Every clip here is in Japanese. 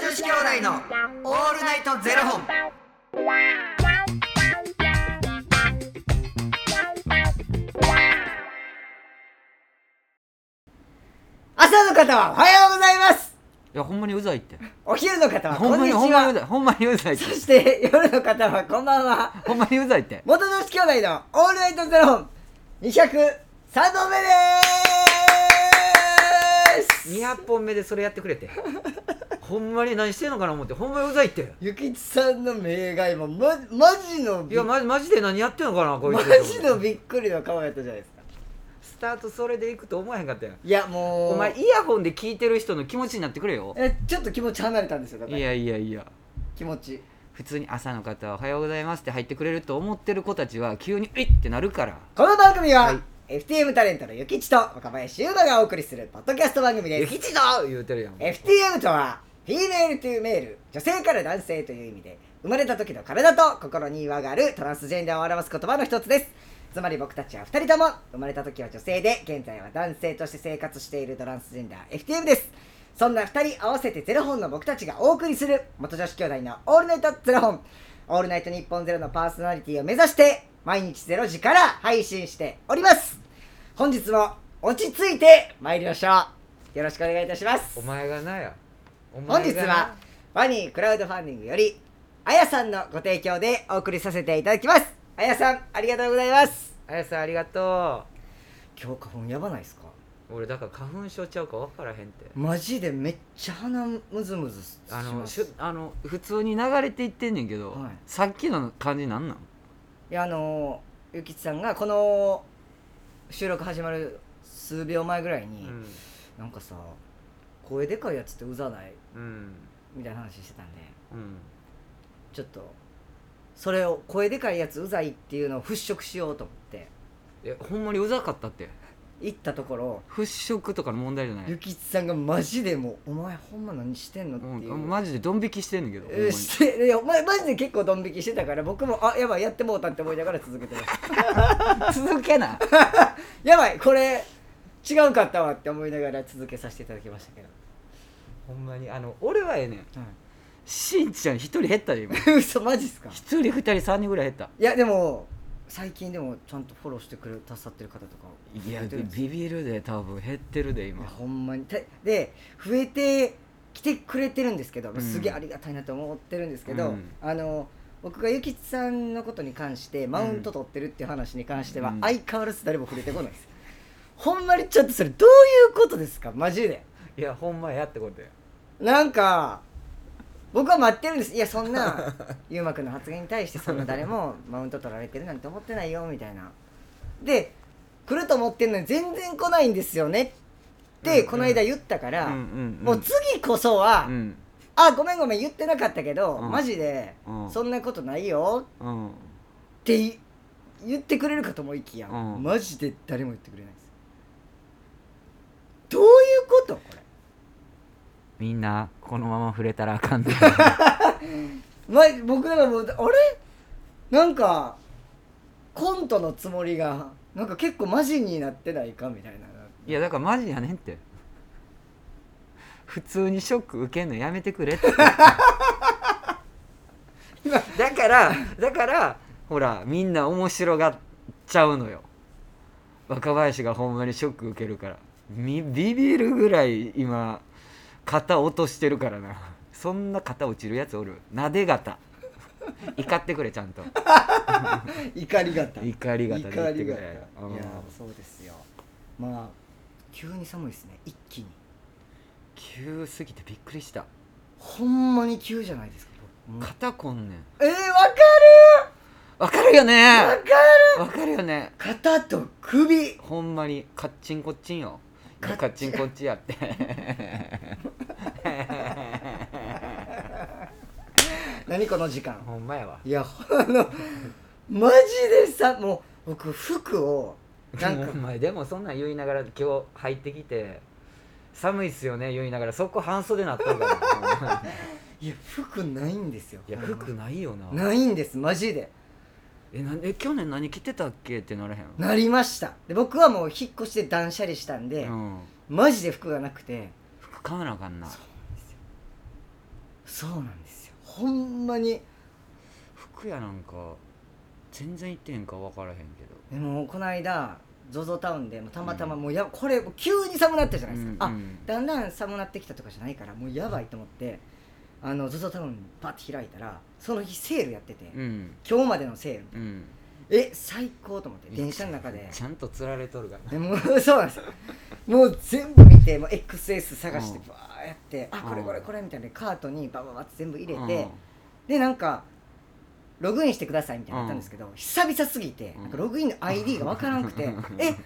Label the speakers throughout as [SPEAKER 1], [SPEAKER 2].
[SPEAKER 1] 子兄弟のオールナイトゼロ本。
[SPEAKER 2] 朝の方はおはようございます
[SPEAKER 1] いやほんまにうざいって。
[SPEAKER 2] お昼の方は
[SPEAKER 1] ほ
[SPEAKER 2] こ
[SPEAKER 1] ん
[SPEAKER 2] ん
[SPEAKER 1] ま
[SPEAKER 2] に
[SPEAKER 1] に
[SPEAKER 2] ち
[SPEAKER 1] ほんまにう
[SPEAKER 2] は
[SPEAKER 1] ざい。ほんまにうざいって
[SPEAKER 2] そ。して夜の方はこんばんは
[SPEAKER 1] ほんまにうざいって。
[SPEAKER 2] 元女子兄弟のオールナイトゼロ本203度目です
[SPEAKER 1] 200本目でそれやってくれて。ほんまに何してんのかな思って。ほんまにうざいって。
[SPEAKER 2] ゆきちさんの名が今まマジの
[SPEAKER 1] い
[SPEAKER 2] び
[SPEAKER 1] やマジマジで何やってんのかなこい
[SPEAKER 2] マ
[SPEAKER 1] つ。
[SPEAKER 2] ジのびっくりの顔やったじゃないですか
[SPEAKER 1] スタートそれでいくと思わへんかったよ。
[SPEAKER 2] いやもう
[SPEAKER 1] お前イヤホンで聞いてる人の気持ちになってくれよ。
[SPEAKER 2] えちょっと気持ち離れたんですよだか
[SPEAKER 1] い
[SPEAKER 2] ら
[SPEAKER 1] やいやいや。
[SPEAKER 2] 気持ち
[SPEAKER 1] 普通に朝の方はおはようございますって入ってくれると思ってる子たちは急に「えっ!」ってなるから
[SPEAKER 2] この番組は、
[SPEAKER 1] はい
[SPEAKER 2] FTM タレントのゆきちと若林優馬がお送りするポッドキャスト番組
[SPEAKER 1] 「
[SPEAKER 2] です
[SPEAKER 1] ゆきちだ!」言うてるやん
[SPEAKER 2] FTM とはフィーメールというメール女性から男性という意味で生まれた時の体と心に違和があるトランスジェンダーを表す言葉の一つですつまり僕たちは2人とも生まれた時は女性で現在は男性として生活しているトランスジェンダー FTM ですそんな2人合わせてゼロ本の僕たちがお送りする元女子兄弟のオールナイトゼロ本オールナイト日本ゼロのパーソナリティを目指して毎日ゼロ時から配信しております本日も落ち着いて参りましょうよろしくお願いいたします
[SPEAKER 1] お前がなやお
[SPEAKER 2] 本
[SPEAKER 1] 前
[SPEAKER 2] 日
[SPEAKER 1] がな
[SPEAKER 2] はワニークラウドファンディングよりあやさんのご提供でお送りさせていただきますあやさんありがとうございます
[SPEAKER 1] あやさんありがと
[SPEAKER 2] 今日花粉やばないですか
[SPEAKER 1] う俺だから花粉症ちゃうか分からへんって
[SPEAKER 2] マジでめっちゃ鼻ムズムズし
[SPEAKER 1] あ
[SPEAKER 2] ま
[SPEAKER 1] の
[SPEAKER 2] す
[SPEAKER 1] しゅあの普通に流れていってんねんけど、
[SPEAKER 2] はい
[SPEAKER 1] さっきの感じなんなん
[SPEAKER 2] いやあのーゆきちさんがこの収録始まる数秒前ぐらいに、
[SPEAKER 1] うん、
[SPEAKER 2] なんかさ声でかいやつってうざない
[SPEAKER 1] うん
[SPEAKER 2] みたいな話してたんで
[SPEAKER 1] うん、
[SPEAKER 2] ちょっとそれを声でかいやつうざいっていうのを払拭しようと思って
[SPEAKER 1] えほんまにうざかったって
[SPEAKER 2] 行ったところ
[SPEAKER 1] 払拭とかの問題じゃない
[SPEAKER 2] ゆきちさんがマジでもう「お前ほんま何してんの?」って
[SPEAKER 1] うん
[SPEAKER 2] いう、
[SPEAKER 1] マジでドン引きしてんねんけど、ほん
[SPEAKER 2] え
[SPEAKER 1] ま
[SPEAKER 2] ー
[SPEAKER 1] に
[SPEAKER 2] していやまマジで結構ドン引きしてたから僕も「あやばいやってもうた」って思いながら続け てました
[SPEAKER 1] 続けな
[SPEAKER 2] やばいこれ違うかったわって思いながら続けさせていただきましたけど、
[SPEAKER 1] ほんまにあの俺はええねんしんちゃん一人減ったで今
[SPEAKER 2] 嘘マジっすか
[SPEAKER 1] 一人二人三人ぐらい減った
[SPEAKER 2] いやでも最近でもちゃんとフォローしてくれたさってる方とか
[SPEAKER 1] いや
[SPEAKER 2] 増えてるんですよ
[SPEAKER 1] ビビるで多分減ってるで
[SPEAKER 2] い
[SPEAKER 1] 今
[SPEAKER 2] やほんまにたで増えてきてくれてるんですけど、
[SPEAKER 1] うん
[SPEAKER 2] すげえありがたいなと思ってるんですけど、
[SPEAKER 1] うん
[SPEAKER 2] あの僕がゆきちさんのことに関してマウント取ってるっていう話に関しては、
[SPEAKER 1] うん
[SPEAKER 2] 相変わらず誰も触れてこないです、ほんまにちょっとそれどういうことですかマジで
[SPEAKER 1] いやほんまやってことや
[SPEAKER 2] なんか僕は待ってるんですいやそん なゆうまくんの発言に対してそんな誰もマウント取られてるなんて思ってないよみたいなで来ると思ってんのに全然来ないんですよねって、
[SPEAKER 1] うん
[SPEAKER 2] この間言ったから、
[SPEAKER 1] うんうんん
[SPEAKER 2] もう次こそは、
[SPEAKER 1] うん
[SPEAKER 2] あごめんごめん言ってなかったけど、
[SPEAKER 1] うん
[SPEAKER 2] マジで、
[SPEAKER 1] うん
[SPEAKER 2] そんなことないよ
[SPEAKER 1] うん
[SPEAKER 2] ってい言ってくれるかと思いきや、
[SPEAKER 1] うん
[SPEAKER 2] マジで誰も言ってくれないですどういうことこれ
[SPEAKER 1] みんなこのまま触れたらあかん で
[SPEAKER 2] ま僕なんかもうあれなんかコントのつもりがなんか結構マジになってないかみたいない
[SPEAKER 1] やだからマジやねんって普通にショック受けんのやめてくれって
[SPEAKER 2] 今
[SPEAKER 1] だからだからほらみんな面白がっちゃうのよ若林がほんまにショック受けるからみビビるぐらい今肩落としてるからなそんな肩落ちるやつおるなで 肩怒ってくれちゃんと
[SPEAKER 2] 怒り方
[SPEAKER 1] 怒り
[SPEAKER 2] 怒
[SPEAKER 1] 方で言っ
[SPEAKER 2] り
[SPEAKER 1] てく
[SPEAKER 2] が
[SPEAKER 1] れ
[SPEAKER 2] いや
[SPEAKER 1] うん
[SPEAKER 2] そうですよまあ急に寒いですね一気に
[SPEAKER 1] 急すぎてびっくりした
[SPEAKER 2] ほんまに急じゃないですか僕
[SPEAKER 1] 肩こんねん
[SPEAKER 2] えー、わか
[SPEAKER 1] わかるよ
[SPEAKER 2] るわ
[SPEAKER 1] ね
[SPEAKER 2] かる
[SPEAKER 1] わかるよね
[SPEAKER 2] 肩と首
[SPEAKER 1] ほんまにカッチンコッチンよ
[SPEAKER 2] カッチン
[SPEAKER 1] カッチンコッチンやって
[SPEAKER 2] 何この時間
[SPEAKER 1] ほんまやわ
[SPEAKER 2] いやあのマジでさもう僕服をなん か
[SPEAKER 1] お前でもそんなん言いながら今日入ってきて寒いっすよね言いながらそこ半袖なっとるから
[SPEAKER 2] いや服ないんですよ
[SPEAKER 1] いや
[SPEAKER 2] ほんま
[SPEAKER 1] 服ないよな
[SPEAKER 2] ないんですマジで
[SPEAKER 1] えなんえ去年何着てたっけってならへん
[SPEAKER 2] なりましたで僕はもう引っ越して断捨離したんで、
[SPEAKER 1] うん
[SPEAKER 2] マジで服がなくて
[SPEAKER 1] 服買わなあかんな
[SPEAKER 2] そそうなんですよほんまに
[SPEAKER 1] 服屋なんか全然行ってへんか分からへんけ
[SPEAKER 2] でもこの間 ZOZO タウンでもうたまたまもうや、これ急に寒なったじゃ
[SPEAKER 1] ど
[SPEAKER 2] ないですか、
[SPEAKER 1] うんう
[SPEAKER 2] あ
[SPEAKER 1] ん
[SPEAKER 2] だんだん寒なってきたとかじゃないからもうやばいと思ってあの ZOZO タウンパッて開いたらその日セールやってて、
[SPEAKER 1] うん
[SPEAKER 2] 今日までのセール
[SPEAKER 1] うん
[SPEAKER 2] え最高と思って電車の中で
[SPEAKER 1] ちゃんと釣られとるがな
[SPEAKER 2] でもそうなん ですよもう全部見てもう XS 探して
[SPEAKER 1] うん
[SPEAKER 2] バーやって、あこれ
[SPEAKER 1] うん
[SPEAKER 2] これこれみたいなカートにバババって全部入れて、
[SPEAKER 1] うん
[SPEAKER 2] でなんかログインしてくださいみたいなのあったんですけど、久々すぎて
[SPEAKER 1] うん
[SPEAKER 2] なんかログインの ID が分からなくて、
[SPEAKER 1] うん
[SPEAKER 2] え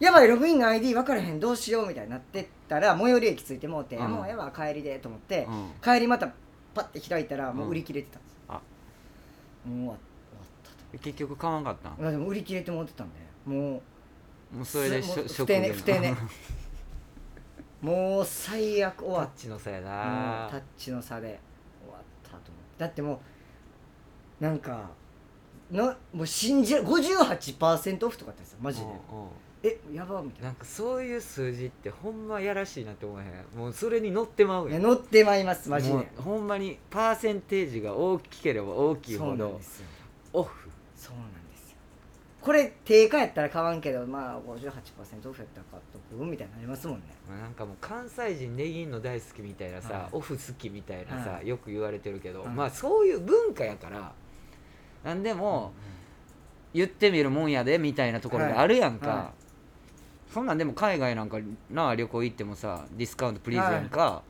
[SPEAKER 2] やばいログインの ID 分からへんどうしようみたいになってったら最寄り駅着いてもうて、
[SPEAKER 1] うん
[SPEAKER 2] もうやばい帰りでと思って、
[SPEAKER 1] うん
[SPEAKER 2] 帰りまたパッて開いたらもう売り切れてたんですよ、
[SPEAKER 1] あ
[SPEAKER 2] もう終わ終わったと
[SPEAKER 1] 結局買わんかったん
[SPEAKER 2] まあでも売り切れて持ってたんでもう
[SPEAKER 1] もうそれでしょ
[SPEAKER 2] すもう不
[SPEAKER 1] 職
[SPEAKER 2] 定
[SPEAKER 1] 業
[SPEAKER 2] ね
[SPEAKER 1] の
[SPEAKER 2] 不定 ねもう最悪終
[SPEAKER 1] タ
[SPEAKER 2] わっ
[SPEAKER 1] ッチの差や
[SPEAKER 2] たも
[SPEAKER 1] な
[SPEAKER 2] うタッチの差で終わったと思ってだってもうなんかなもう信じら58%オフとかあったんですよマジで
[SPEAKER 1] うんうん
[SPEAKER 2] えやばみたい
[SPEAKER 1] なんかそういう数字ってほんまやらしいなって思えへんもうそれに乗ってまう
[SPEAKER 2] ないや
[SPEAKER 1] やん
[SPEAKER 2] 乗ってまいりますマジで
[SPEAKER 1] もうほんまにパーセンテージが大きければ大きい
[SPEAKER 2] そう
[SPEAKER 1] ほ
[SPEAKER 2] なん
[SPEAKER 1] ど
[SPEAKER 2] ですよ
[SPEAKER 1] オフ
[SPEAKER 2] そうなんですよこれ定価やったら買わんけどまあ58%オフやったら買っとくみたいになりますもんね
[SPEAKER 1] まあなんかもう関西人ネギんの大好きみたいなさ、
[SPEAKER 2] はい
[SPEAKER 1] オフ好きみたいなさ、
[SPEAKER 2] は
[SPEAKER 1] よく言われてるけど、
[SPEAKER 2] はい
[SPEAKER 1] まあそういう文化やからなんでも言ってみるもんやでみたいなところがあるやんか、
[SPEAKER 2] はいは
[SPEAKER 1] そんなんでも海外なんかな旅行行ってもさディスカウントプリーズやんか、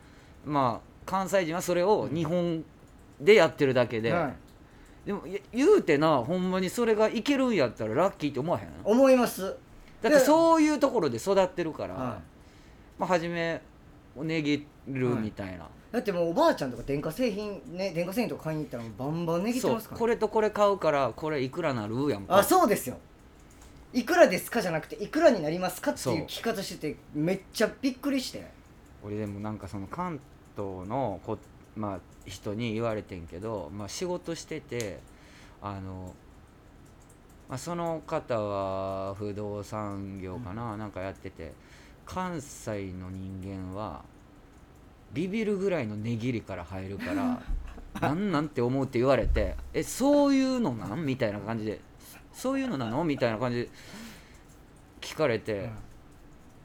[SPEAKER 1] まあ関西人はそれを日本でやってるだけで、
[SPEAKER 2] はい、
[SPEAKER 1] でもいや言うてなほんまにそれがいけるんやったらラッキーって思わへん
[SPEAKER 2] 思います
[SPEAKER 1] だってそういうところで育ってるから、
[SPEAKER 2] はい
[SPEAKER 1] まあ、初めおねぎるみたいな、
[SPEAKER 2] だってもうおばあちゃんとか電化製品ね電化製品とか買いに行ったらもうバンバン値切っ
[SPEAKER 1] そ
[SPEAKER 2] て
[SPEAKER 1] う
[SPEAKER 2] ますからね、
[SPEAKER 1] これとこれ買うからこれいくらなるやんか
[SPEAKER 2] あそうですよいくらですかじゃなくていくらになりますかって
[SPEAKER 1] そう
[SPEAKER 2] いう聞き方しててめっちゃびっくりして
[SPEAKER 1] 俺でもなんかその関東のこ、まあ、人に言われてんけど、まあ、仕事しててあの、まあ、その方は不動産業かな、なんかやってて関西の人間はビビるぐらいの値切りから入るからなんなんて思うって言われてえそういうのなんみたいな感じでそういうのなのみたいな感じで聞かれて。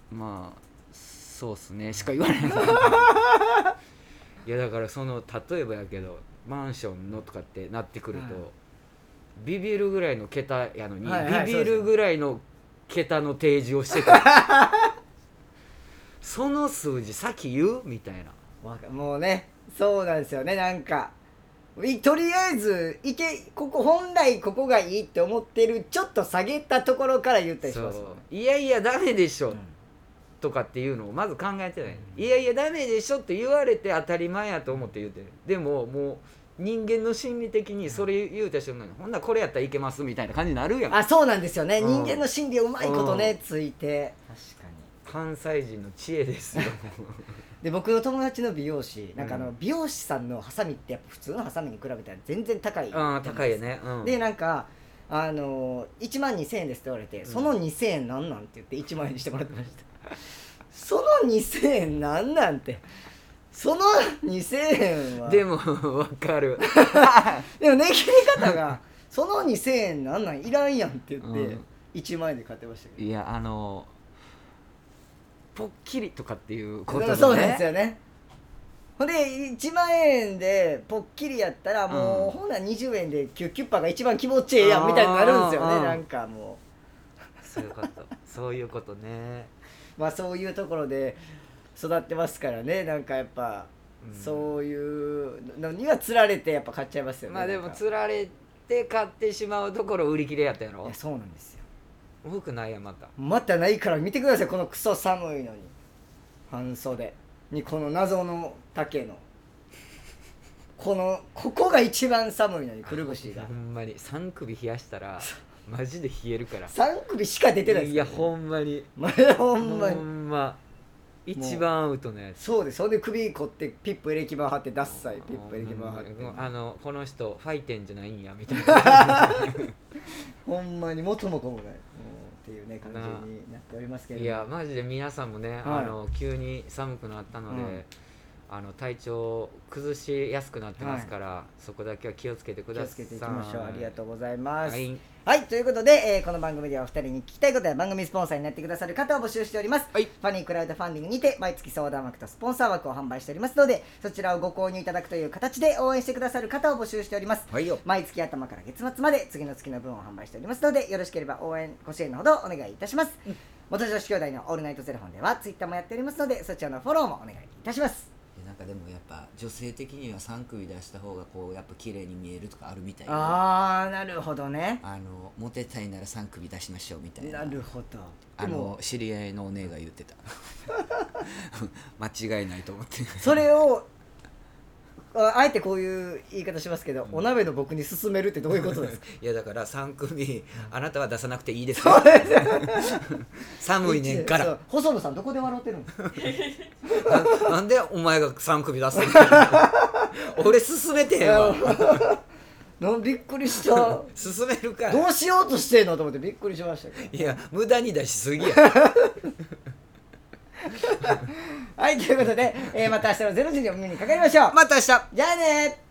[SPEAKER 1] まあそうっすねしか言われないいやだからその例えばやけどマンションのとかってなってくると、
[SPEAKER 2] はい
[SPEAKER 1] ビビるぐらいの桁やのに、
[SPEAKER 2] はいはい
[SPEAKER 1] ビ
[SPEAKER 2] そうです
[SPEAKER 1] ビるぐらいの桁の提示をしてたその数字先言うみたいな
[SPEAKER 2] わかもうねそうなんですよねなんかいとりあえずいけここ本来ここがいいって思ってるちょっと下げたところから言ったりし
[SPEAKER 1] そ
[SPEAKER 2] ます
[SPEAKER 1] う
[SPEAKER 2] もんね
[SPEAKER 1] いやいやダメでしょ、
[SPEAKER 2] うん
[SPEAKER 1] とかっていうのをまず考えてない、いやいやダメでしょって言われて当たり前やと思って言うてるでももう人間の心理的にそれ言うた瞬間に、ほんならこれやったらいけますみたいな感じになるやん
[SPEAKER 2] あそうなんですよね、
[SPEAKER 1] うん
[SPEAKER 2] 人間の心理をうまいことね、ついて確かに
[SPEAKER 1] 関西人の知 恵ですよ
[SPEAKER 2] で僕の友達の美容師なんかあの、
[SPEAKER 1] うん
[SPEAKER 2] 美容師さんのハサミってやっぱ普通のハサミに比べたら全然高い
[SPEAKER 1] あー高いよね、うん、
[SPEAKER 2] でなんかあのー1万2000円ですって言われて、その2000円なんなんって言って1万円にしてもらってました その2000円なんなんてその2000円は
[SPEAKER 1] でもわかる
[SPEAKER 2] でもね切り方がその2000円なんなんいらんやんって言って、
[SPEAKER 1] うん
[SPEAKER 2] 1万円で買ってましたけ
[SPEAKER 1] いやあのポッキリとかっていうこ
[SPEAKER 2] ど、だ
[SPEAKER 1] と
[SPEAKER 2] からそうなんですよねほんで1万円でポッキリやったらもう、
[SPEAKER 1] うん
[SPEAKER 2] ほんなら20円でキュッキュッパが一番気持ちええやんみたいになるんですよ
[SPEAKER 1] あー
[SPEAKER 2] ねなんかもう。
[SPEAKER 1] そういうことそういうことね、
[SPEAKER 2] まあそういうところで育ってますからねなんかやっぱ、
[SPEAKER 1] うん
[SPEAKER 2] そういうのにはつられてやっぱ買っちゃいますよね
[SPEAKER 1] まあでも
[SPEAKER 2] なんか
[SPEAKER 1] つられて買ってしまうところ売り切れやったや
[SPEAKER 2] い
[SPEAKER 1] ろ
[SPEAKER 2] やそうなんですよ
[SPEAKER 1] 服ないやんまた
[SPEAKER 2] またないから見てくださいこのクソ寒いのに半袖にこの謎の丈のこのここが一番寒いのにくるぶしが
[SPEAKER 1] ほんまに3首冷やしたらマジで冷えるから
[SPEAKER 2] 3首しか出てないです
[SPEAKER 1] やほんまに
[SPEAKER 2] まほんまに
[SPEAKER 1] ほんま一番アウトのやつ
[SPEAKER 2] そうですほんで首凝ってピップエレキバー張ってダッサいピップエレキバー張って
[SPEAKER 1] ほんまあのこの人ファイテンじゃないんやみたいな
[SPEAKER 2] ほんまに元も子もない、うんっていうね感じになっておりますけれど
[SPEAKER 1] い
[SPEAKER 2] も
[SPEAKER 1] やマジで皆さんもね、
[SPEAKER 2] はい
[SPEAKER 1] あの急に寒くなったので、
[SPEAKER 3] あの体調を崩しやすくなってますから、そこだけは気をつけてく
[SPEAKER 2] 気
[SPEAKER 3] だ
[SPEAKER 2] を
[SPEAKER 3] さい
[SPEAKER 2] つけていきましょうありがとうございます
[SPEAKER 3] は
[SPEAKER 2] はい、
[SPEAKER 3] い
[SPEAKER 2] ということで、えーこの番組ではお二人に聞きたいことや番組スポンサーになってくださる方を募集しております、
[SPEAKER 3] はい
[SPEAKER 2] ファニークラウドファンディングにて毎月相談枠とスポンサー枠を販売しておりますのでそちらをご購入いただくという形で応援してくださる方を募集しております
[SPEAKER 4] はいよ
[SPEAKER 2] 毎月頭から月末まで次の月の分を販売しておりますのでよろしければ応援ご支援のほどお願いいたします、元女子兄弟のオールナイトゼロ本ではツイッターもやっておりますのでそちらのフォローもお願いいたします
[SPEAKER 1] なんかでもやっぱ女性的には3組出した方がこうやっぱ綺麗に見えるとかあるみたいであ
[SPEAKER 2] ああなるほどね
[SPEAKER 1] のモテたいなら3組出しましょうみたいな
[SPEAKER 2] なるほど
[SPEAKER 1] あ の知り合いのお姉が言っ てた間違いないと思って
[SPEAKER 2] それをああえてこういう言い方しますけど、お鍋の僕に勧めるってどういうこと ですか
[SPEAKER 1] いやだから3組あなたは出さなくていいで す
[SPEAKER 2] そうですよ
[SPEAKER 1] 寒いねんか
[SPEAKER 2] そ
[SPEAKER 1] ら
[SPEAKER 2] う細野さんどこで笑ってるんですか
[SPEAKER 1] ななんでお前が3組出すの 俺進めてへんわ
[SPEAKER 2] のびっくりしたど
[SPEAKER 1] 進めるから
[SPEAKER 2] うしようとしてんのと思ってびっくりしましたけど
[SPEAKER 1] いや無駄に出しすぎや
[SPEAKER 2] はいということで、えーまた明日の0時にお耳にかかりましょう
[SPEAKER 1] また明日
[SPEAKER 2] じゃあねー